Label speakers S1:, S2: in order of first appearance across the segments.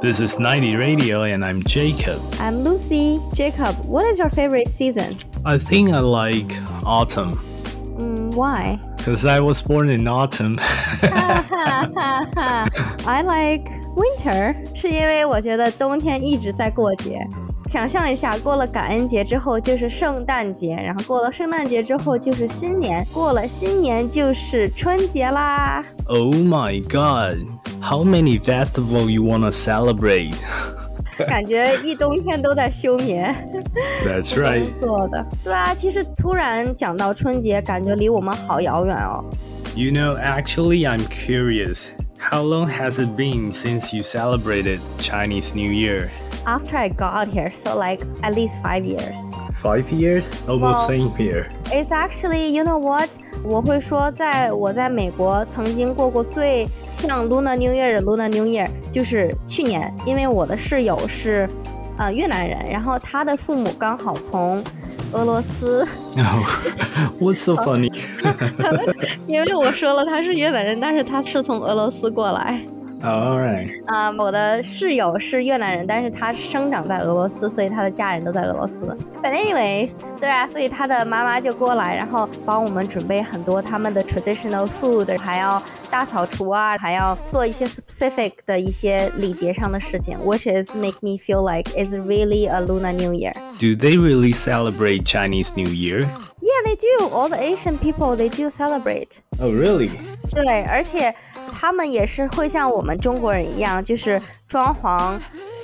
S1: This is 90 Radio, and I'm Jacob.
S2: I'm Lucy. Jacob, what is your favorite season?
S1: I think I like autumn
S2: Mm, why?
S1: because I was born in autumn.
S2: 哈哈哈哈 I like winter，是因为我觉得冬天一直在过节。想象一下，过了感恩节之后就是圣诞节，然后过了圣诞节之后就是新年，过了新年就是春节啦。
S1: oh my god! How many festivals you wanna celebrate?
S2: 感觉一冬天都在休眠。
S1: That's
S2: 工
S1: right.
S2: 作的。对啊，其实突然讲到春节，感觉离我们好遥远哦。
S1: You know, actually, I'm curious. How long has it been since you celebrated Chinese New Year?
S2: After I got here, so like at least five years.
S1: Five years? Almost
S2: Well-
S1: same here.
S2: It's actually, you know what？我会说，在我在美国曾经过过最像 Lunar New Year 的 Lunar New Year，就是去年，因为我的室友是，呃，越南人，然后他的父母刚好从俄罗斯
S1: Oh, what's so funny?
S2: 因为我说了他是越南人，但是他是从俄罗斯过来。
S1: All right.
S2: 啊、我的室友是越南人，但是他生长在俄罗斯，所以他的家人都在俄罗斯。But anyways，对啊，所以他的妈妈就过来，然后帮我们准备很多他们的 traditional food，还要大扫除啊，还要做一些 specific 的一些礼节上的事情，which is make me feel like it's really a Lunar New Year。
S1: Do they really celebrate Chinese New Year?
S2: Yeah, they do. All the Asian people they do celebrate.
S1: Oh, really?
S2: 对，而且他们也是会像我们中国人一样，就是装潢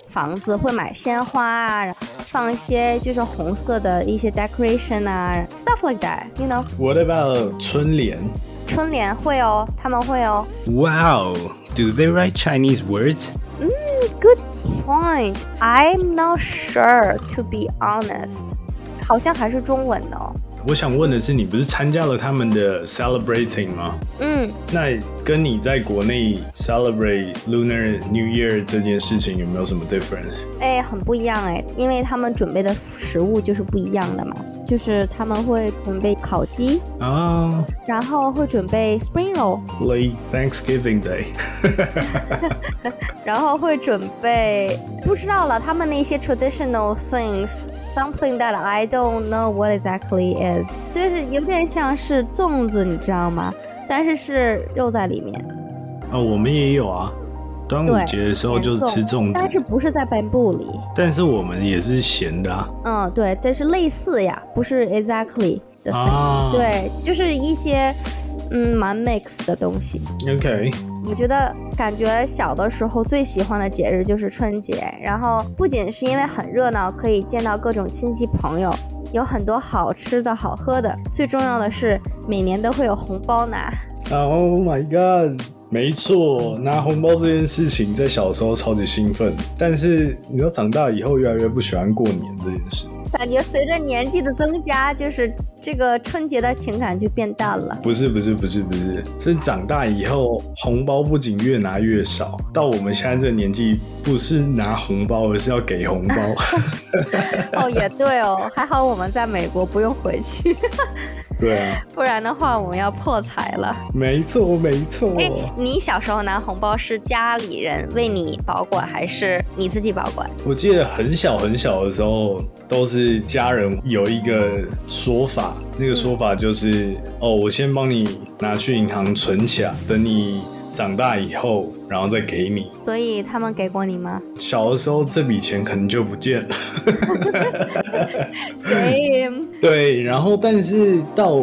S2: 房子会买鲜花啊，然后放一些就是红色的一些 decoration 啊，stuff like that，you know，
S1: What about 春联?
S2: 春联会哦，他们会哦。
S1: Wow, do they write Chinese words?
S2: 嗯 Good point. I'm not sure to be honest，好像还是中文的哦。
S1: 我想问的是，你不是参加了他们的 celebrating 吗？
S2: 嗯，
S1: 那跟你在国内 celebrate Lunar New Year 这件事情有没有什么 difference？
S2: 哎，很不一样哎，因为他们准备的食物就是不一样的嘛，就是他们会准备烤鸡，
S1: 啊、
S2: 然后会准备 spring roll。
S1: l a t e Thanksgiving Day
S2: 然后会准备不知道了，他们那些 traditional things，something that I don't know what exactly is，就是有点像是粽子，你知道吗？但是是肉在里面，
S1: 啊、我们也有啊。端午
S2: 对
S1: 节的时候就是吃粽
S2: 但是
S1: 子，
S2: 不是在颁布里。
S1: 但是我们也是咸的啊。
S2: 嗯，对，但是类似呀，不是 exactly 的 thing，、
S1: 啊，
S2: 对，就是一些嗯蛮 mix 的东西。
S1: ，OK，
S2: 我觉得感觉小的时候最喜欢的节日就是春节，然后不仅是因为很热闹，可以见到各种亲戚朋友，有很多好吃的好喝的，最重要的是每年都会有红包拿。
S1: Oh my god！没错，拿红包这件事情在小时候超级兴奋，但是你要长大以后越来越不喜欢过年这件事。
S2: 感觉随着年纪的增加，就是这个春节的情感就变淡了。
S1: 不是不是不是不是，是长大以后红包不仅越拿越少，到我们现在这个年纪，不是拿红包，而是要给红 包。
S2: 哦，也对哦，还好我们在美国不用回去，
S1: 对啊，
S2: 不然的话我们要破财了。
S1: 没错没错。
S2: 哎，你小时候拿红包是家里人为你保管，还是你自己保管？
S1: 我记得很小很小的时候，都是家人有一个说法，那个说法就是、哦，我先帮你拿去银行存起来，等你长大以后，然后再给你。
S2: 所以他们给过你吗？
S1: 小的时候这笔钱可能就不见了，
S2: 所以，
S1: 对。然后，但是到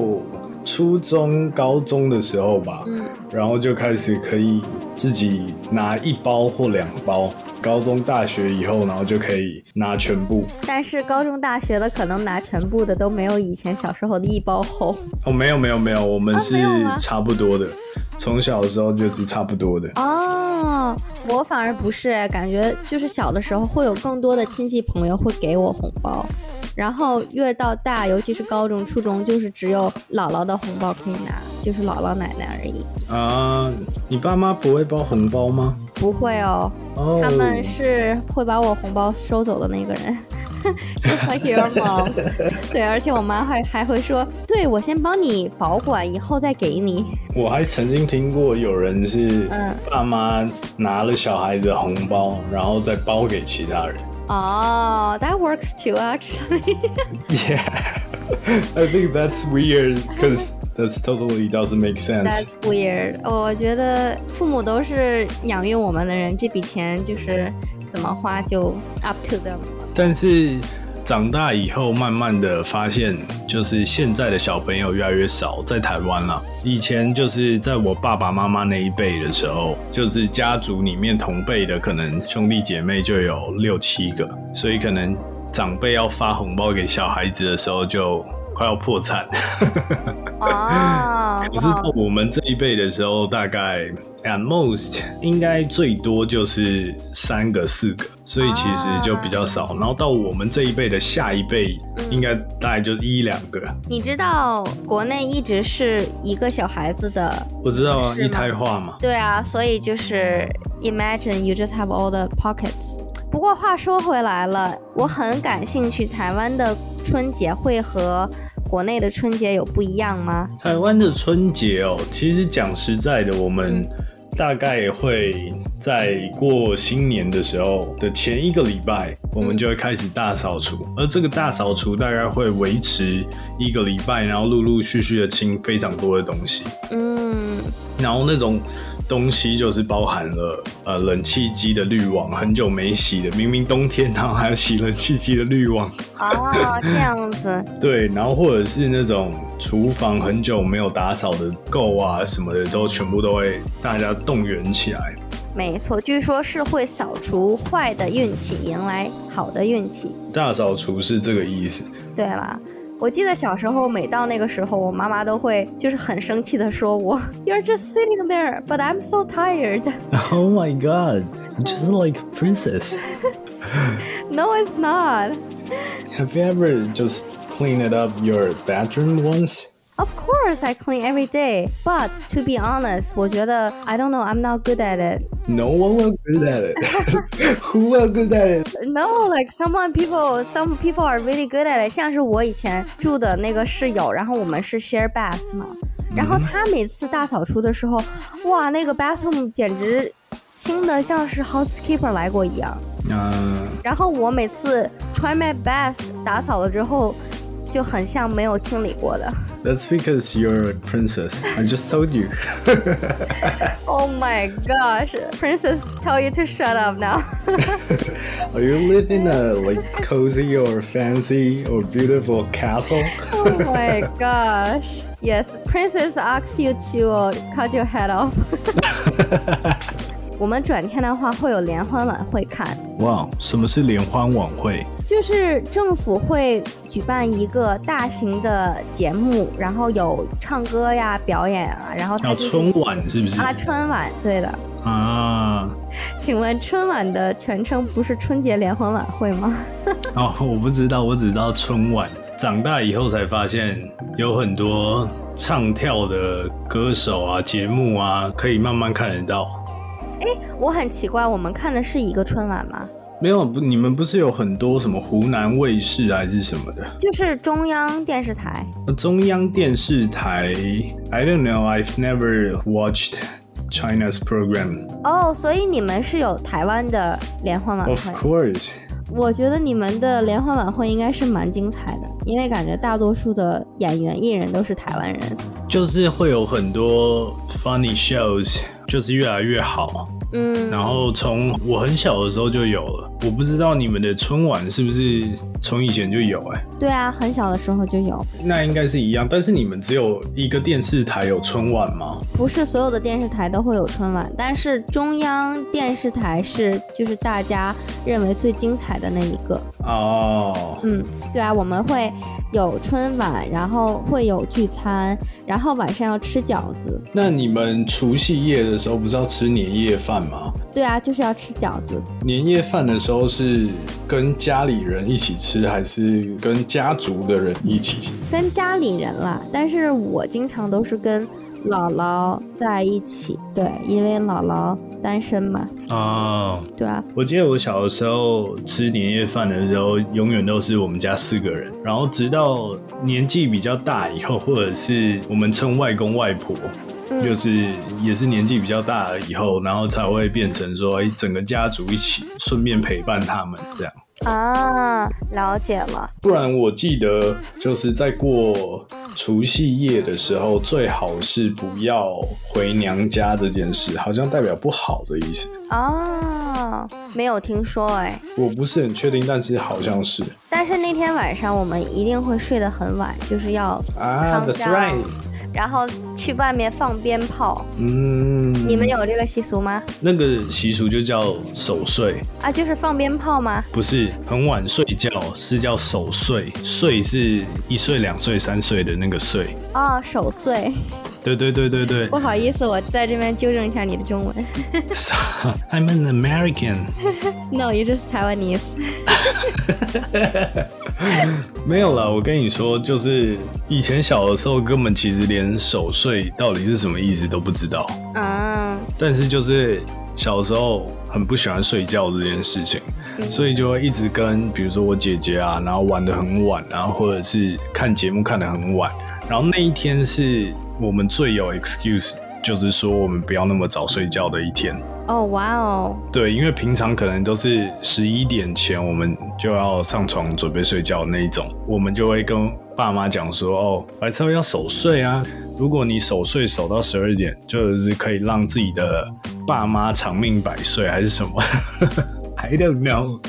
S1: 初中、高中的时候吧，
S2: 嗯，
S1: 然后就开始可以自己拿一包或两包。高中、大学以后，然后就可以拿全部。
S2: 但是高中、大学的可能拿全部的都没有以前小时候的一包厚。
S1: 哦，没有没有没有，我们
S2: 啊
S1: 是
S2: 没有吗
S1: 差不多的，从小的时候就是差不多的。
S2: 哦， 我反而不是，哎感觉就是小的时候会有更多的亲戚朋友会给我红包，然后越到大，尤其是高中、初中，就是只有姥姥的红包可以拿，就是姥姥奶奶而已。
S1: 啊、你爸妈不会包红包吗？
S2: 不会哦，
S1: 哦，
S2: 他们是会把我红包收走的那个人。 just like your mom。对，而且我妈还还会说，对我先帮你保管，以后再给你。
S1: 我还曾经听过有人是
S2: 嗯
S1: 爸妈拿了小孩子的红包，然后再包给其他人。
S2: 哦、t h a t works too actually 。
S1: Yeah, I think that's weird because that's totally doesn't make sense.
S2: That's weird。我觉得父母都是养育我们的人，这笔钱就是怎么花就 up to them。
S1: 但是长大以后，慢慢的发现，就是现在的小朋友越来越少，在台湾啦。以前就是在我爸爸妈妈那一辈的时候，就是家族里面同辈的，可能兄弟姐妹就有六七个，所以可能长辈要发红包给小孩子的时候，就快要破产。
S2: 哦、
S1: 可是
S2: 哇
S1: 到我们这一辈的时候，大概 at most 应该最多就是三个四个，所以其实就比较少。然后到我们这一辈的下一辈，
S2: 啊嗯
S1: 应该大概就一两个。
S2: 你知道国内一直是一个小孩子的，
S1: 我知道啊，
S2: 是吗
S1: 一胎化嘛。
S2: 对啊，所以就是 imagine you just have all the pockets。不过话说回来了，我很感兴趣，台湾的春节会和国内的春节有不一样吗？
S1: 台湾的春节哦，其实讲实在的，我们大概会在过新年的时候的前一个礼拜，我们就会开始大扫除，而这个大扫除大概会维持一个礼拜，然后陆陆续续的清非常多的东西。
S2: 嗯，
S1: 然后那种东西就是包含了呃冷气机的滤网，很久没洗的，明明冬天然后还要洗冷气机的滤网，
S2: 哦，这样子，
S1: 对，然后或者是那种厨房很久没有打扫的垢啊什么的，都全部都会大家动员起来。
S2: 没错，据说是会扫除坏的运气，迎来好的运气。
S1: 大扫除是这个意思，
S2: 对了。我记得小时候，每到那个时候，我妈妈都会就是很生气的说我，You're just sitting there, but I'm so tired.
S1: Oh my god, just like a princess.
S2: No, it's not.
S1: Have you ever just cleaned up your bedroom once?
S2: Of course, I clean every day. But to be honest, 我觉得 I don't know, I'm not good at it.
S1: No one was good at it. Who was good at it?
S2: No, like someone people, some people are really good at it. 像是我以前住的那个室友，然后我们是 share bath 嘛，然后他每次大扫除的时候，哇，那个 bathroom 简直清的像是 housekeeper 来过一样。
S1: 嗯、
S2: 然后我每次 try my best 打扫了之后，就很像没有清理过的。
S1: That's because you're a princess. I just told you.
S2: Oh my gosh, princess, tell you to shut up now.
S1: Are you living a like cozy or fancy or beautiful castle?
S2: Oh my gosh. Yes, Princess asks you to cut your head off. 我们转天的话会有联欢晚会看，
S1: 哇，什么是联欢晚会？
S2: 就是政府会举办一个大型的节目，然后有唱歌呀、表演啊，然后它
S1: 啊，
S2: 就是
S1: 春晚是不是？
S2: 啊春晚，对的。
S1: 啊，
S2: 请问春晚的全称不是春节联欢晚会吗？
S1: 哦，我不知道，我只知道春晚。长大以后才发现，有很多唱跳的歌手啊、节目啊，可以慢慢看得到。
S2: 我很奇怪，我们看的是一个春晚吗？
S1: 没有啊不，你们不是有很多什么湖南卫视还是什么的？
S2: 就是中央电视台。
S1: 中央电视台，I don't know, I've never watched China's program.
S2: 哦，所以你们是有台湾的联欢晚
S1: Of
S2: 会？
S1: course.
S2: 我觉得你们的联欢晚会应该是蛮精彩的，因为感觉大多数的演员艺人都是台湾人。
S1: 就是会有很多 funny shows，就是越来越好。
S2: 嗯，
S1: 然后从我很小的时候就有了，我不知道你们的春晚是不是从以前就有哎、
S2: 对啊，很小的时候就有，
S1: 那应该是一样。但是你们只有一个电视台有春晚吗？
S2: 不是所有的电视台都会有春晚，但是中央电视台是就是大家认为最精彩的那一个。
S1: 哦、
S2: 嗯，对啊，我们会有春晚，然后会有聚餐，然后晚上要吃饺子。
S1: 那你们除夕夜的时候不是要吃年夜饭吗？
S2: 对啊，就是要吃饺子。
S1: 年夜饭的时候是跟家里人一起吃，还是跟家族的人一起吃？
S2: 跟家里人啦，但是我经常都是跟姥姥在一起，对，因为姥姥单身嘛，
S1: 哦，
S2: 对啊，
S1: 我记得我小的时候吃年夜饭的时候，永远都是我们家四个人。然后直到年纪比较大以后，或者是我们称外公外婆，
S2: 嗯
S1: 就是也是年纪比较大了以后，然后才会变成说，哎，整个家族一起顺便陪伴他们这样。
S2: 啊，了解了，
S1: 不然我记得就是在过除夕夜的时候，最好是不要回娘家这件事，好像代表不好的意思。
S2: 啊，没有听说哎，
S1: 我不是很确定，但是好像是
S2: 但是那天晚上我们一定会睡得很晚，就是要
S1: 啊
S2: 康
S1: ，That's
S2: 家
S1: right。
S2: 然后去外面放鞭炮。
S1: 嗯，
S2: 你们有这个习俗吗？
S1: 那个习俗就叫守岁，
S2: 啊，就是放鞭炮吗？
S1: 不是很晚睡觉，是叫守岁。岁是一岁、两岁、三岁的那个岁。
S2: 啊，守岁。
S1: 对对对对对
S2: 不好意思，我在这边纠正一下你的中文。
S1: ，I'm an American。
S2: No, you just Taiwanese。
S1: 没有啦，我跟你说，就是以前小的时候，根本其实连守岁到底是什么意思都不知道。
S2: 啊，
S1: 但是就是小时候很不喜欢睡觉这件事情，所以就会一直跟比如说我姐姐啊，然后玩得很晚，然后或者是看节目看得很晚，然后那一天是我们最有 excuse，就是说我们不要那么早睡觉的一天。
S2: 哦，哇哦，
S1: 对，因为平常可能都是十一点前我们就要上床准备睡觉那一种，我们就会跟爸妈讲说，哦，白超要守岁啊，如果你守岁守到十二点，就是可以让自己的爸妈长命百岁还是什么 ？I don't know。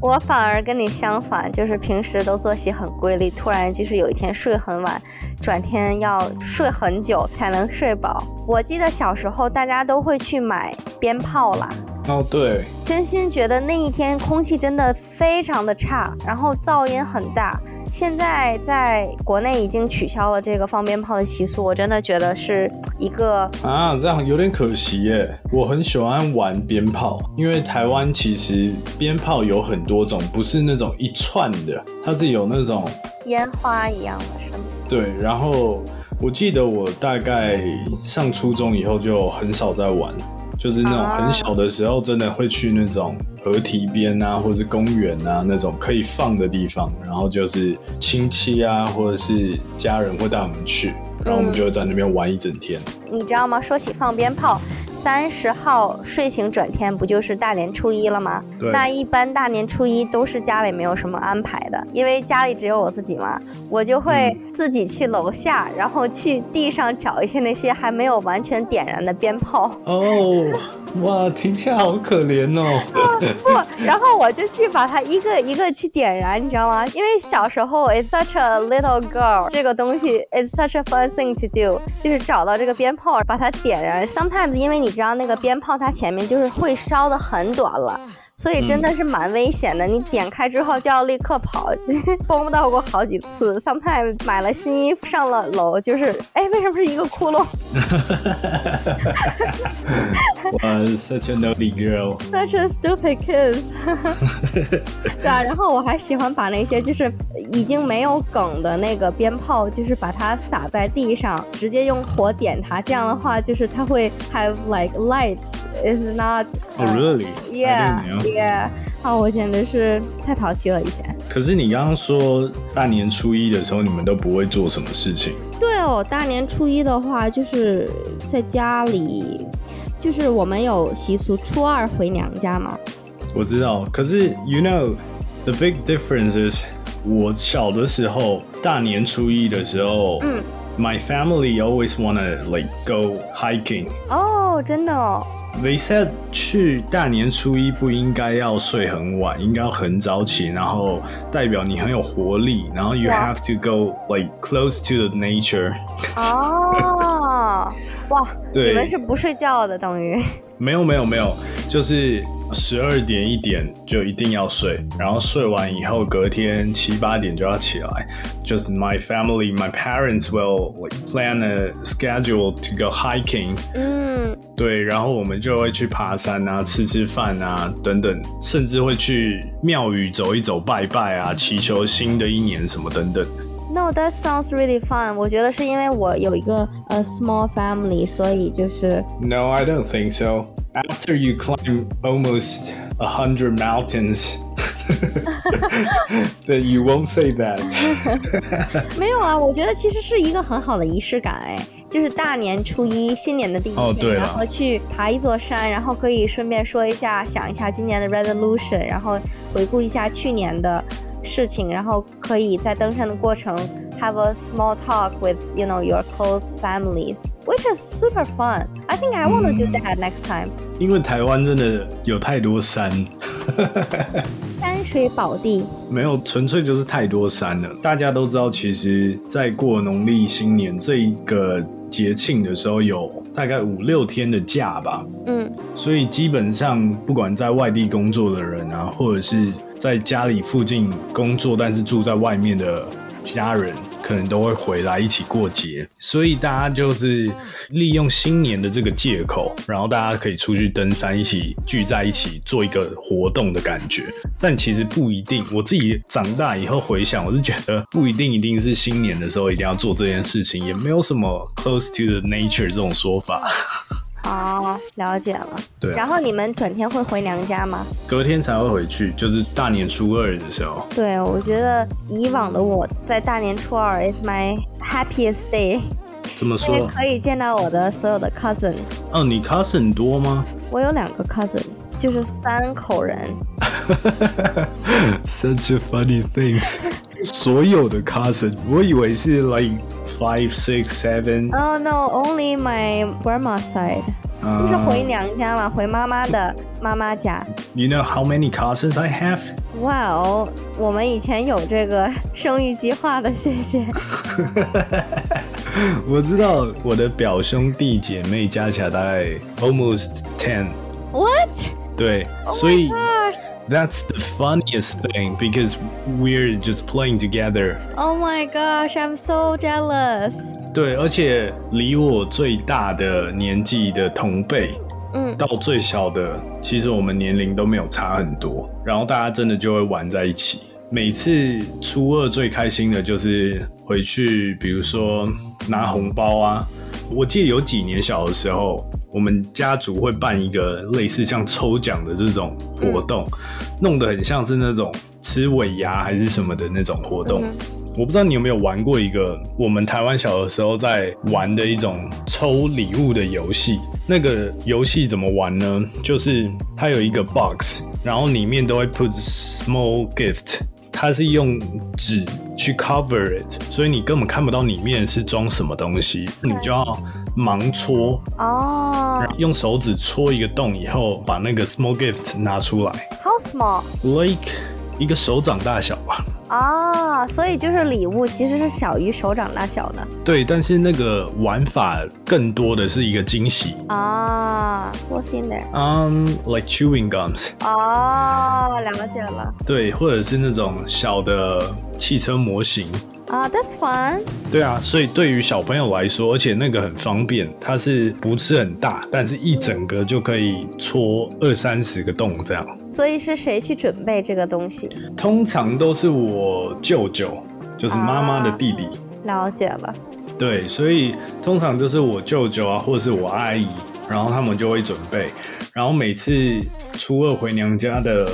S2: 我反而跟你相反，就是平时都作息很规律，突然就是有一天睡很晚，转天要睡很久才能睡饱。我记得小时候大家都会去买鞭炮啦，
S1: 哦，对，
S2: 真心觉得那一天空气真的非常的差，然后噪音很大。现在在国内已经取消了这个放鞭炮的习俗，我真的觉得是一个
S1: 啊，这样有点可惜耶。我很喜欢玩鞭炮，因为台湾其实鞭炮有很多种，不是那种一串的，它是有那种
S2: 烟花一样的是吗？
S1: 对，然后我记得我大概上初中以后就很少在玩，就是那种
S2: 啊
S1: 很小的时候，真的会去那种河堤边啊，或是公园啊那种可以放的地方，然后就是亲戚啊或者是家人会带我们去，然后我们就会在那边玩一整天。
S2: 你知道吗？说起放鞭炮，三十号睡醒转天不就是大年初一了吗？
S1: 对
S2: 那一般大年初一都是家里没有什么安排的，因为家里只有我自己嘛，我就会自己去楼下，然后去地上找一些那些还没有完全点燃的鞭炮。
S1: 哦，哇，听起来好可怜哦。
S2: 不，然后我就去把它一个一个去点燃，你知道吗？因为小时候，it's such a little girl 这个东西，it's such a fun thing to do，就是找到这个鞭炮，把它点燃。Sometimes 因为你知道那个鞭炮它前面就是会烧的很短了。所以真的是蛮危险的，你点开之后就要立刻跑， 崩到过好几次。Sometimes 买了新衣服上了楼，就是哎，为什么是一个窟窿？
S1: 哇，such a naughty girl。
S2: such a stupid kiss 。 对啊，然后我还喜欢把那些就是已经没有梗的那个鞭炮，就是把它撒在地上，直接用火点它。这样的话，就是它会 have like lights is not、
S1: 哦、r e a l l y
S2: yeah yeah。啊，我简直是太淘气了，以前。
S1: 可是你刚刚说大年初一的时候，你们都不会做什么事情？
S2: 对哦，大年初一的话，就是在家里，就是我们有习俗，初二回娘家嘛。
S1: 我知道，可是 you know the big difference is，我小的时候大年初一的时候，
S2: 嗯
S1: ，my family always wanna like go hiking。
S2: 哦，真的哦。
S1: They said 去大年初一不应该要睡很晚，应该要很早起，然后代表你很有活力，然后 you
S2: 哇
S1: have to go like close to the nature。
S2: 哦，哇，
S1: 对
S2: 你们是不睡觉的，等于
S1: 没有没有没有，就是十二点一点就一定要睡，然后睡完以后隔天七八点就要起来。就是 my family, my parents will like plan a schedule to go hiking。
S2: 嗯，
S1: 对，然后我们就会去爬山啊，吃吃饭啊，等等，甚至会去庙宇走一走、拜拜啊，祈求新的一年什么等等。
S2: No, that sounds really fun. 我觉得是因为我有一个呃 small family，所以就是
S1: No, I don't think so. After you climb almost a hundred mountains, then you won't say that.
S2: 没有啊。我觉得其实是一个很好的仪式感，哎，就是大年初一，新年的第一天，
S1: 哦对了
S2: 然后去爬一座山，然后可以顺便说一下，想一下今年的 resolution，然后回顾一下去年的事情，然后可以在登山的过程 have a small talk with you know your close families, which is super fun. I think I want to do that next time.
S1: 因为台湾真的有太多山，
S2: 山水宝地，
S1: 没有纯粹就是太多山了。大家都知道，其实，在过农历新年这一个节庆的时候，有大概五六天的假吧。
S2: 嗯。
S1: 所以基本上，不管在外地工作的人啊，或者是在家里附近工作但是住在外面的家人，可能都会回来一起过节。所以大家就是利用新年的这个借口，然后大家可以出去登山，一起聚在一起做一个活动的感觉。但其实不一定，我自己长大以后回想，我是觉得不一定一定是新年的时候一定要做这件事情，也没有什么 close to the nature 这种说法。
S2: 哦，了解了。
S1: 对啊
S2: 然后你们转天会回娘家吗？
S1: 隔天才会回去，就是大年初二的时候。
S2: 对，我觉得以往的我在大年初二 is my happiest day，
S1: 这么
S2: 因为
S1: 说，
S2: 可以见到我的所有的 cousin。
S1: 哦，你 cousin 多吗？
S2: 我有两个 cousin，就是三口人。
S1: Such a funny thing 。 所有的 cousin，我以为是 like five, six, seven，、
S2: Oh no，only my grandma side，、
S1: 啊
S2: 呃就是回娘家嘛，回妈妈的妈妈家。
S1: You know how many cousins I have？
S2: 哇哦，我们以前有这个生育计划的，谢谢。
S1: 我知道我的表兄弟姐妹加起来大概 almost ten。
S2: What？
S1: 对
S2: Oh
S1: 所
S2: my
S1: 以
S2: gosh！
S1: that's the funniest thing because we're just playing together。
S2: Oh my gosh, I'm so jealous.
S1: 对，而且离我最大的年纪的同辈
S2: 嗯，
S1: 到最小的，其实我们年龄都没有差很多，然后大家真的就会玩在一起。每次初二最开心的就是回去，比如说拿红包啊。我记得有几年小的时候，我们家族会办一个类似像抽奖的这种活动，
S2: 嗯
S1: 弄得很像是那种吃尾牙还是什么的那种活动。
S2: 嗯
S1: 我不知道你有没有玩过一个我们台湾小的时候在玩的一种抽礼物的游戏。那个游戏怎么玩呢？就是它有一个 box，然后里面都会 put small gift，它是用纸去 cover it，所以你根本看不到里面是装什么东西，你就要盲戳，
S2: 哦、
S1: 用手指戳一个洞以后，把那个 small gift 拿出来
S2: h o w small
S1: ，like 一个手掌大小吧。
S2: 啊所以就是礼物其实是小于手掌大小的
S1: 对，但是那个玩法更多的是一个惊喜。
S2: 啊。What's in there？
S1: 嗯、l i k e chewing gums，
S2: 哦、了解了
S1: 对，或者是那种小的汽车模型，
S2: 啊、t h a t s fun。
S1: 对啊，所以对于小朋友来说，而且那个很方便，它是不是很大，但是一整个就可以戳二三十个洞这样。
S2: 所以是谁去准备这个东西？
S1: 通常都是我舅舅，就是妈妈的弟弟，
S2: 了解了，
S1: 对，所以通常就是我舅舅啊，或者是我阿姨，然后他们就会准备。然后每次初二回娘家的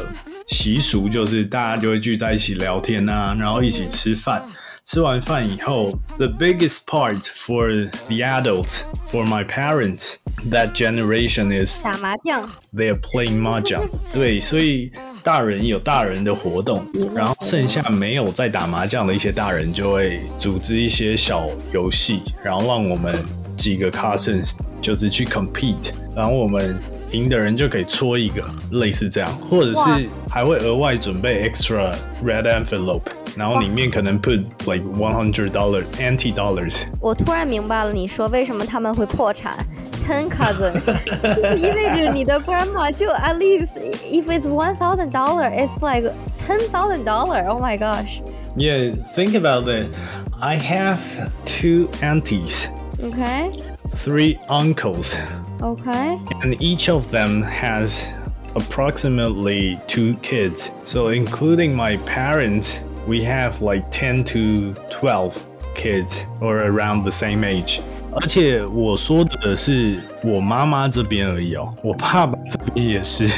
S1: 习俗就是大家就会聚在一起聊天啊，然后一起吃饭。吃完饭以后，the biggest part for the adults, for my parents, that generation is
S2: 打麻将
S1: they are playing mahjong。对，所以大人有大人的活动，然后剩下没有在打麻将的一些大人就会组织一些小游戏，然后让我们几个 cousins 就是去 compete，然后我们。赢的人就可以戳一个，类似这样，或者
S2: 哇
S1: 是还会额外准备 extra red envelope，然后里面可能 put like one hundred dollar anti dollars，
S2: 我突然明白了，你说为什么他们会破产？Ten cousin，就是意味着你的 grandma 就 at least if it's one thousand dollar，it's like ten thousand dollar。Oh my gosh。
S1: Yeah, think about it. I have two aunties,
S2: OK
S1: three uncles,
S2: OK。
S1: and each of them has approximately two kids. So, including my parents, we have like 10 to 12 kids or around the same age. 而且我说的是我妈妈这边而已哦，我爸爸这边也是。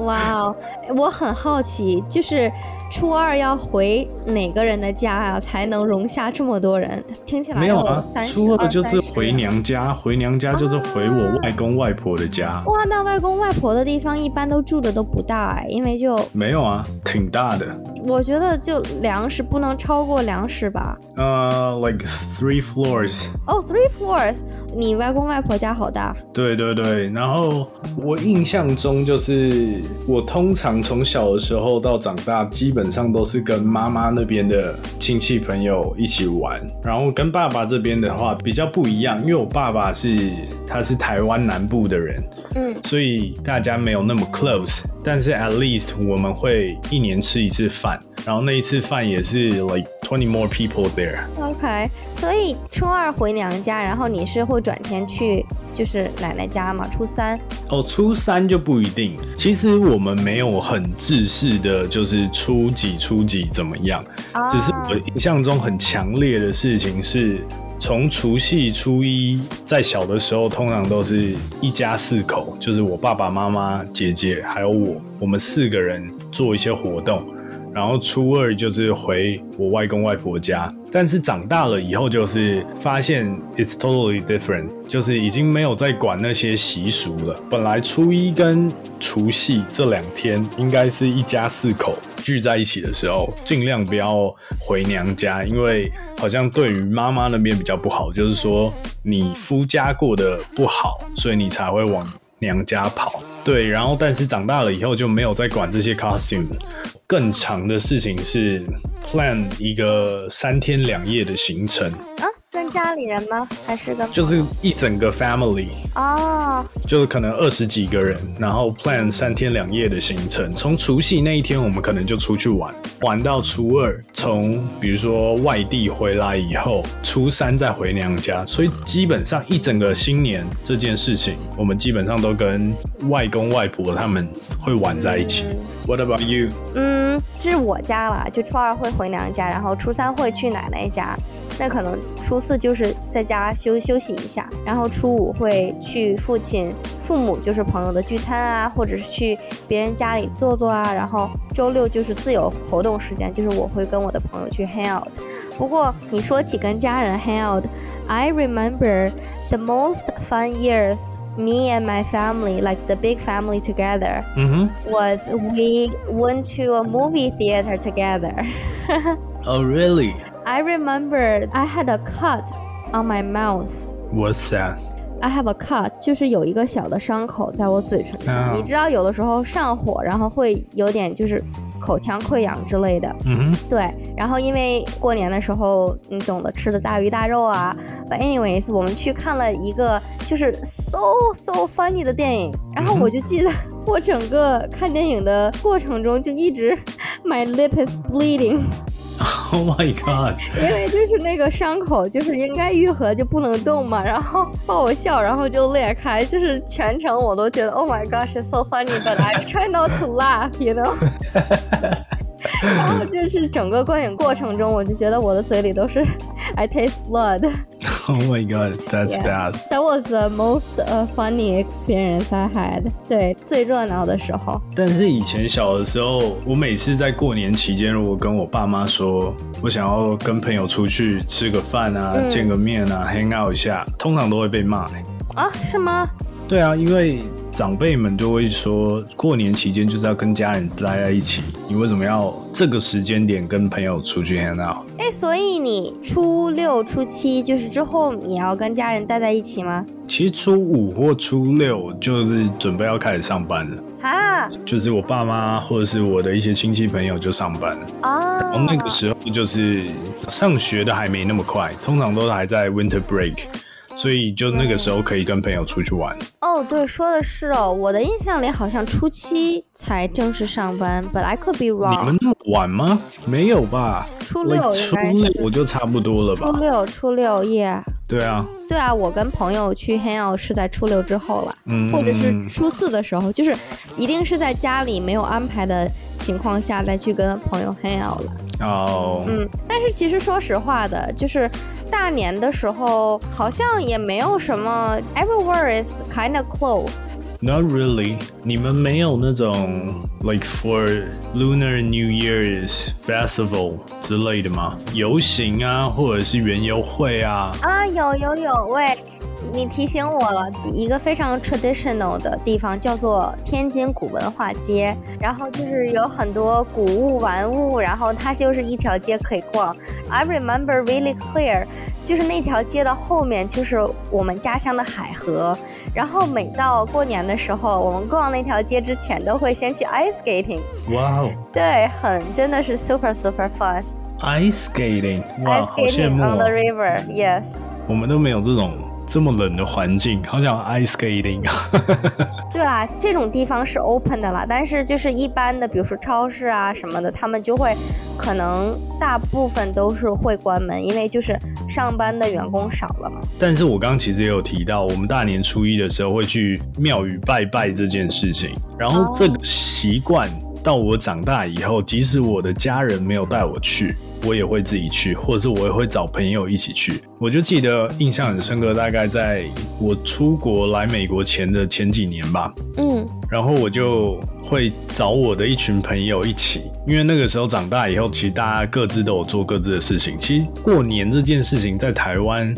S2: 哇哦，我很好奇，就是初二要回哪个人的家啊，才能容下这么多人？听起来
S1: 没有啊
S2: 三，十
S1: 初二就是回。
S2: 20 30
S1: 娘家，回娘家就是回我
S2: 啊
S1: 外公外婆的家。
S2: 哇，那外公外婆的地方一般都住的都不大哎，因为就
S1: 没有啊，挺大的，
S2: 我觉得就粮食不能超过粮食吧。
S1: 呃、l i k e three floors。
S2: 哦、t h r e e floors，你外公外婆家好大。
S1: 对对对，然后我印象中就是我通常从小的时候到长大，基本上都是跟妈妈那边的亲戚朋友一起玩，然后跟爸爸这边的话比较不一样，因为我爸爸是他是台湾南部的人，
S2: 嗯，
S1: 所以大家没有那么 close，但是 at least 我们会一年吃一次饭，然后那一次饭也是 like twenty more people there。
S2: OK，所以初二回娘家，然后你是会转天去就是奶奶家嘛？初三
S1: 哦，初三就不一定。其实我们没有很制式的，就是初几初几怎么样。
S2: 啊，
S1: 只是我印象中很强烈的事情是，从除夕初一，在小的时候，通常都是一家四口，就是我爸爸妈妈、姐姐还有我，我们四个人做一些活动。然后初二就是回我外公外婆家，但是长大了以后就是发现 it's totally different，就是已经没有在管那些习俗了。本来初一跟除夕这两天应该是一家四口聚在一起的时候，尽量不要回娘家，因为好像对于妈妈那边比较不好，就是说你夫家过得不好，所以你才会往娘家跑。对，然后但是长大了以后就没有再管这些 costume 了。更长的事情是 plan 一个三天两夜的行程，
S2: 啊，跟家里人吗？还是跟
S1: 就是一整个 family，
S2: 哦，
S1: 就是可能二十几个人，然后 plan 三天两夜的行程。从除夕那一天，我们可能就出去玩，玩到初二，从比如说外地回来以后，初三再回娘家。所以基本上一整个新年这件事情，我们基本上都跟外公外婆他们会玩在一起。What about you？
S2: 嗯，是我家啦，就初二会回娘家，然后初三会去奶奶家，那可能初四就是在家休休息一下，然后初五会去父亲父母就是朋友的聚餐啊，或者是去别人家里坐坐啊，然后周六就是自由活动时间，就是我会跟我的朋友去 hang out。不过你说起跟家人 hang out，I remember the most fun years me and my family like the big family together。
S1: 嗯哼。
S2: Oh, was we went to a movie theater together.
S1: Oh, really?
S2: I remember I had a cut on my mouth.
S1: What's that?
S2: I have a cut，就是有一个小的伤口在我嘴唇上。
S1: 啊
S2: 你知道，有的时候上火，然后会有点就是口腔溃疡之类的。
S1: 嗯哼，
S2: 对，然后因为过年的时候，你懂得吃的大鱼大肉啊。But anyways，我们去看了一个就是 so so funny 的电影，然后我就记得我整个看电影的过程中就一直 my lip is bleeding，
S1: Oh my god！
S2: 因为就是那个伤口就是应该愈合就不能动嘛，然后爆我笑，然后就裂开，就是全程我都觉得 oh my gosh it's so funny，but I try not to laugh，you know 。然后就是整个观影过程中，我就觉得我的嘴里都是 I taste blood。
S1: Oh my god, that's bad.
S2: Yeah. That was the most、uh, funny experience I had。对，最热闹的时候。
S1: 但是以前小的时候，我每次在过年期间，如果跟我爸妈说我想要跟朋友出去吃个饭啊、
S2: 嗯
S1: 见个面啊、hang out 一下，通常都会被骂、欸
S2: 啊，是吗？
S1: 对啊，因为长辈们就会说，过年期间就是要跟家人待在一起，你为什么要这个时间点跟朋友出去 hang out？
S2: 哎，所以你初六、初七，就是之后你要跟家人待在一起吗？
S1: 其实初五或初六就是准备要开始上班了。
S2: 啊
S1: 就是我爸妈或者是我的一些亲戚朋友就上班了，
S2: 啊！
S1: 然后哦那个时候就是上学的还没那么快，通常都是还在 winter break，所以就那个时候可以跟朋友出去玩。
S2: 哦，对，说的是哦，我的印象里好像初七才正式上班，but I could be
S1: 你
S2: wrong
S1: 们。那么晚吗？没有吧？
S2: 初
S1: Like，
S2: 六应
S1: 初
S2: 该
S1: 六我
S2: 是
S1: 就差不多了
S2: 初
S1: 吧？
S2: 六，初六夜。
S1: 对啊，
S2: 对啊，我跟朋友去 hang out 是在初六之后了，
S1: 嗯，
S2: 或者是初四的时候，就是一定是在家里没有安排的情况下再去跟朋友 hang out 了。
S1: 哦，
S2: 嗯，但是其实说实话的，就是大年的时候好像也没有什么，everywhere is kind of close。
S1: Not really. 你们没有那种 like for Lunar New Year's festival 之类的吗？游行啊，或者是园游会啊？
S2: 啊，有有有，喂，你提醒我了，一个非常 traditional 的地方叫做天津古文化街，然后就是有很多古物玩物，然后它就是一条街可以逛。I remember really clear，就是那条街的后面就是我们家乡的海河，然后每到过年的时候，我们逛那条街之前都会先去 ice skating，
S1: 哇哦
S2: 对，很真的是 super super fun。
S1: ，ice skating，哇，
S2: Ice
S1: 好羡
S2: skating
S1: 慕、
S2: on the
S1: 哦！
S2: river，yes。
S1: 我们都没有这种这么冷的环境，好想 ice skating 啊！
S2: 对啦，这种地方是 open 的啦，但是就是一般的，比如说超市啊什么的，他们就会可能大部分都是会关门，因为就是上班的员工少了嘛。
S1: 但是我刚刚其实也有提到，我们大年初一的时候会去庙宇拜拜这件事情，然后这个习惯到我长大以后，即使我的家人没有带我去，我也会自己去，或者是我也会找朋友一起去。我就记得印象很深刻，大概在我出国来美国前的前几年吧，
S2: 嗯，
S1: 然后我就会找我的一群朋友一起，因为那个时候长大以后，其实大家各自都有做各自的事情。其实过年这件事情在台湾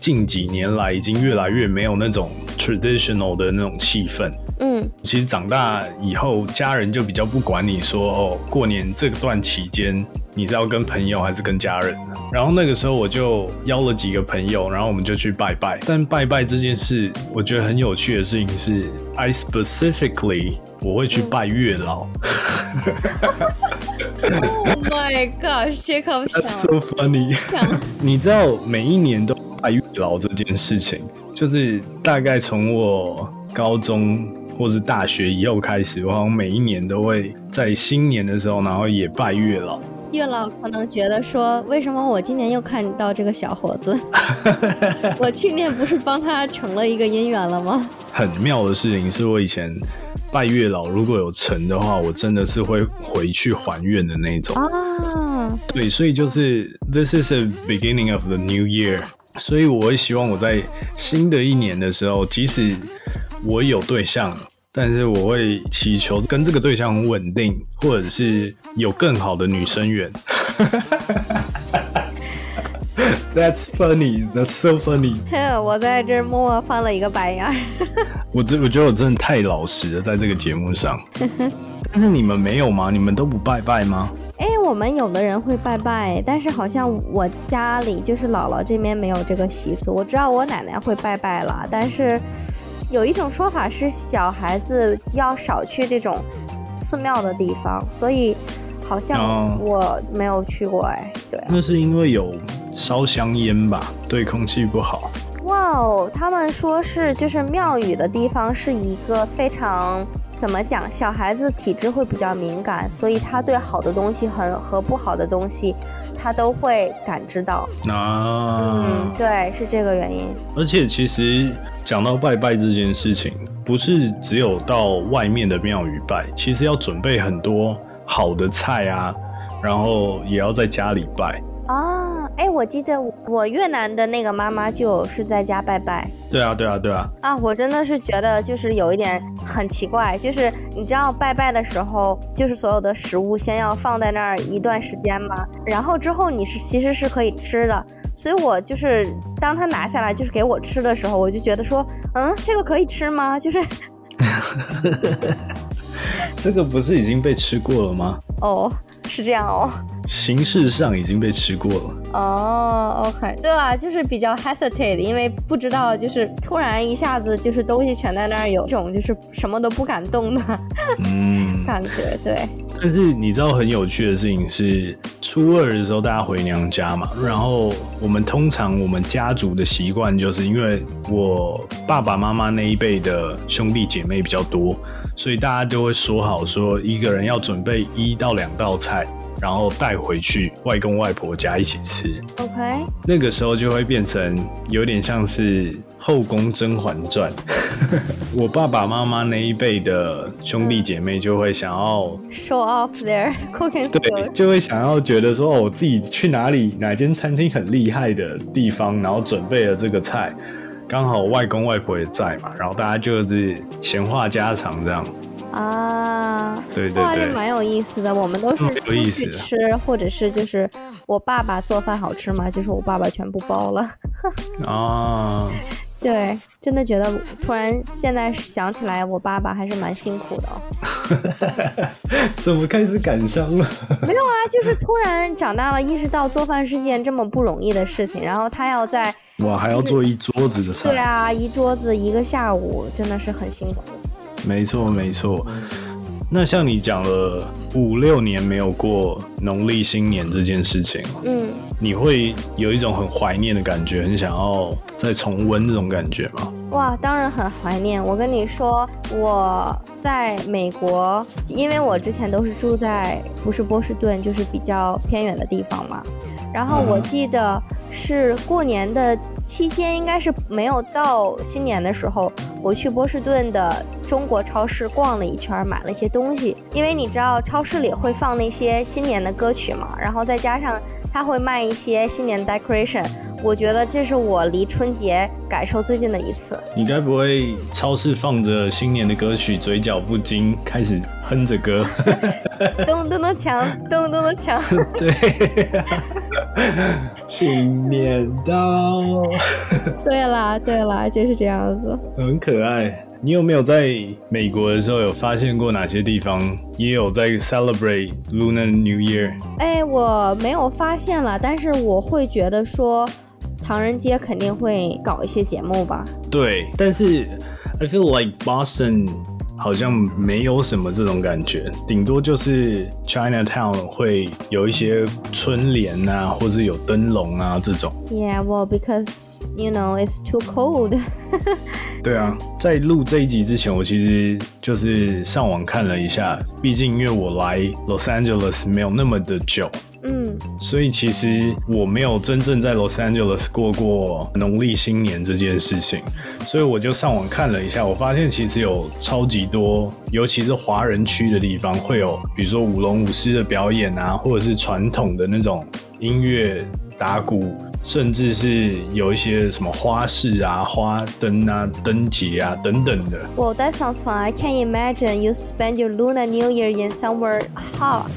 S1: 近几年来已经越来越没有那种 traditional 的那种气氛。
S2: 嗯，
S1: 其实长大以后，家人就比较不管你说哦，过年这段期间你是要跟朋友还是跟家人呢？然后那个时候我就邀了几个朋友，然后我们就去拜拜。但拜拜这件事，我觉得很有趣的事情是，I specifically 我会去拜月老。
S2: Oh my gosh，Jacob
S1: That's so funny
S2: 想。
S1: 你知道每一年都拜月老这件事情，就是大概从我高中或是大学以后开始，我好像每一年都会在新年的时候，然后也拜月老。
S2: 月老可能觉得说，为什么我今年又看到这个小伙子？ 我去年不是帮他成了一个姻缘了吗？
S1: 很妙的事情是我以前拜月老，如果有成的话，我真的是会回去还愿的那种。
S2: 啊，
S1: 对，所以就是 this is the beginning of the new year，所以我会希望我在新的一年的时候，即使我有对象，但是我会祈求跟这个对象很稳定，或者是有更好的女生缘。That's funny. That's so funny.
S2: 哼， 我在这儿默默翻了一个白眼儿。
S1: 我真我觉得我真的太老实了，在这个节目上。但是你们没有吗？你们都不拜拜吗？
S2: 哎，我们有的人会拜拜，但是好像我家里就是姥姥这边没有这个习俗。我知道我奶奶会拜拜啦，但是有一种说法是小孩子要少去这种寺庙的地方，所以好
S1: 哦
S2: 像我没有去过。哎，对，
S1: 那是因为有烧香烟吧，对空气不好。
S2: 哇哦，他们说是就是庙宇的地方是一个非常。怎么讲？小孩子体质会比较敏感，所以他对好的东西很和不好的东西，他都会感知到。
S1: 啊
S2: 嗯，，对，是这个原因。
S1: 而且其实讲到拜拜这件事情，不是只有到外面的庙宇拜，其实要准备很多好的菜啊，然后也要在家里拜。
S2: 啊，哎，我记得我我越南的那个妈妈就有是在家拜拜
S1: 对啊，对啊，对啊，
S2: 啊，我真的是觉得就是有一点很奇怪，就是你知道拜拜的时候，就是所有的食物先要放在那儿一段时间嘛，然后之后你是其实是可以吃的，所以我就是当他拿下来就是给我吃的时候，我就觉得说，嗯，这个可以吃吗？就是
S1: 这个不是已经被吃过了吗？
S2: 哦，是这样哦。
S1: 形式上已经被吃过了。
S2: 哦、o k 对吧？就是比较 hesitate，因为不知道，就是突然一下子就是东西全在那儿，有一种就是什么都不敢动的
S1: 嗯，
S2: 感觉。对，
S1: 但是你知道很有趣的事情是，初二的时候大家回娘家嘛，然后我们通常我们家族的习惯就是，因为我爸爸妈妈那一辈的兄弟姐妹比较多，所以大家就会说好说一个人要准备一到两道菜，然后带回去外公外婆家一起吃。
S2: ，OK，
S1: 那个时候就会变成有点像是后宫甄嬛传》，我爸爸妈妈那一辈的兄弟姐妹就会想要，
S2: show off their cooking
S1: 对，
S2: skills。
S1: 就会想要觉得说，哦，我自己去哪里哪间餐厅很厉害的地方，然后准备了这个菜，刚好外公外婆也在嘛，然后大家就是闲话家常这样，
S2: 啊。
S1: 对对
S2: 哇，这
S1: 对，
S2: 蛮有意思的。我们都是
S1: 蛮有
S2: 出
S1: 意
S2: 去
S1: 思的
S2: 吃，或者是就是我爸爸做饭好吃嘛，就是我爸爸全部包了。
S1: 啊，
S2: 对，真的觉得突然现在想起来，我爸爸还是蛮辛苦的哦。
S1: 怎么开始感伤 了？
S2: 没有啊，就是突然长大了，意识到做饭是件这么不容易的事情，然后他要在
S1: 哇，还要做一桌子的菜，
S2: 对啊一桌子一个下午，真的是很辛苦。
S1: 没错，没错。那像你讲了五六年没有过农历新年这件事情，
S2: 嗯，
S1: 你会有一种很怀念的感觉，很想要再重温这种感觉吗？
S2: 哇，当然很怀念。我跟你说，我在美国，因为我之前都是住在不是波士顿，就是比较偏远的地方嘛。然后我
S1: 嗯
S2: 记得是过年的期间，应该是没有到新年的时候，我去波士顿的中国超市逛了一圈，买了一些东西。因为你知道超市里会放那些新年的歌曲嘛，然后再加上它会卖一些新年 decoration，我觉得这是我离春节感受最近的一次。
S1: 你该不会超市放着新年的歌曲，嘴角不禁开始哼着 歌？
S2: 咚咚咚锵，咚咚咚锵。
S1: 对， 新年到，
S2: 对啦对啦，就是这样子。
S1: 很可爱。你有没有在美国的时候有发现过哪些地方也有在 celebrate Lunar New Year？
S2: 哎，我没有发现了，但是我会觉得说，唐人街肯定会搞一些节目吧。
S1: 对，但是 I feel like Boston 好像没有什么这种感觉，顶多就是 Chinatown 会有一些春联啊，或是有灯笼啊这种。
S2: Yeah, well, because you know it's too cold.
S1: 对啊，在录这一集之前，我其实就是上网看了一下，毕竟因为我来 Los Angeles 没有那么的久，
S2: 嗯，
S1: 所以其实我没有真正在 Los Angeles 过过农历新年这件事情，所以我就上网看了一下，我发现其实有超级多，尤其是华人区的地方会有，比如说舞龙舞狮的表演啊，或者是传统的那种音乐打鼓。甚至是有一些什么花市啊、花灯啊、灯节啊等等的，
S2: Well, that sounds fun. I can imagine you spend your Lunar New Year in somewhere hot.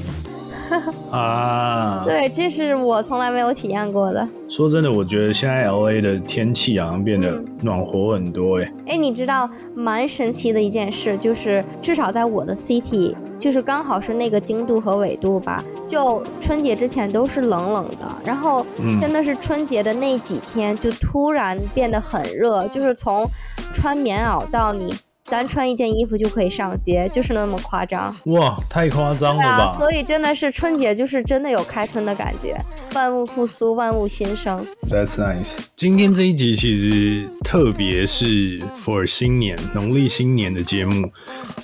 S1: 啊，
S2: 对，这是我从来没有体验过的。
S1: 说真的，我觉得现在 L A 的天气好像变得
S2: 嗯
S1: 暖和很多、欸，
S2: 哎，你知道蛮神奇的一件事，就是至少在我的 city，就是刚好是那个经度和纬度吧，就春节之前都是冷冷的，然后
S1: 嗯
S2: 真的是春节的那几天就突然变得很热，就是从穿棉袄到你单穿一件衣服就可以上街，就是那么夸张。
S1: 哇，太夸张了
S2: 对啊
S1: 吧，？
S2: 所以真的是春节，就是真的有开春的感觉，万物复苏，万物新生。
S1: That's nice。今天这一集其实特别是 for 新年农历新年的节目，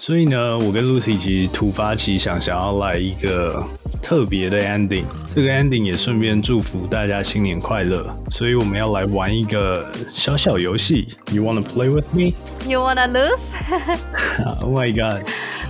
S1: 所以呢，我跟 Lucy 其实突发奇想，想要来一个特别的 ending。这个 ending 也顺便祝福大家新年快乐。所以我们要来玩一个小小游戏。You wanna play with me?
S2: You wanna lose？
S1: Oh my god,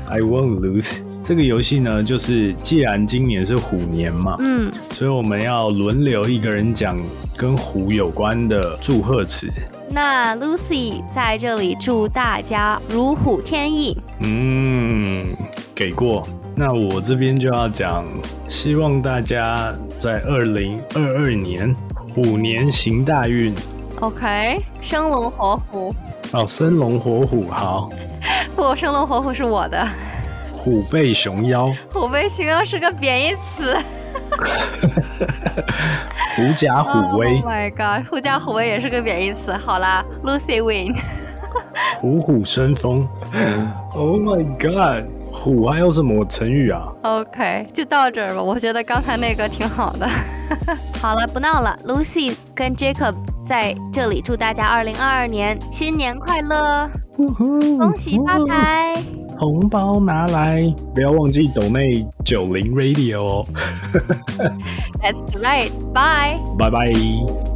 S1: I won't lose。这个游戏呢，就是既然今年是虎年嘛，
S2: 嗯，
S1: 所以我们要轮流一个人讲跟虎有关的祝贺词。
S2: 那 Lucy 在这里祝大家如虎添翼。
S1: 嗯，给过。那我这边就要讲，希望大家在二零二二年虎年行大运
S2: OK，生龙活虎，
S1: 哦，生龙活虎，好，
S3: 不，生龙活虎是我的，
S1: 虎背熊腰，
S3: 虎背熊腰是个贬义词。
S1: 狐假虎威
S3: Oh，my god，狐假虎威也是个贬义词。好啦，Lucy win。
S1: 虎虎生风。Oh my god，虎还有什么成语啊？
S3: OK，就到这儿吧，我觉得刚才那个挺好的。 好了，不闹了。Lucy 跟 Jacob 在这里祝大家二零二二年新年快乐，
S1: 恭
S3: 恭喜发财。
S1: 红包拿来，不要忘记抖内九零 Radio 哦，
S3: That's right，bye。
S1: 拜拜。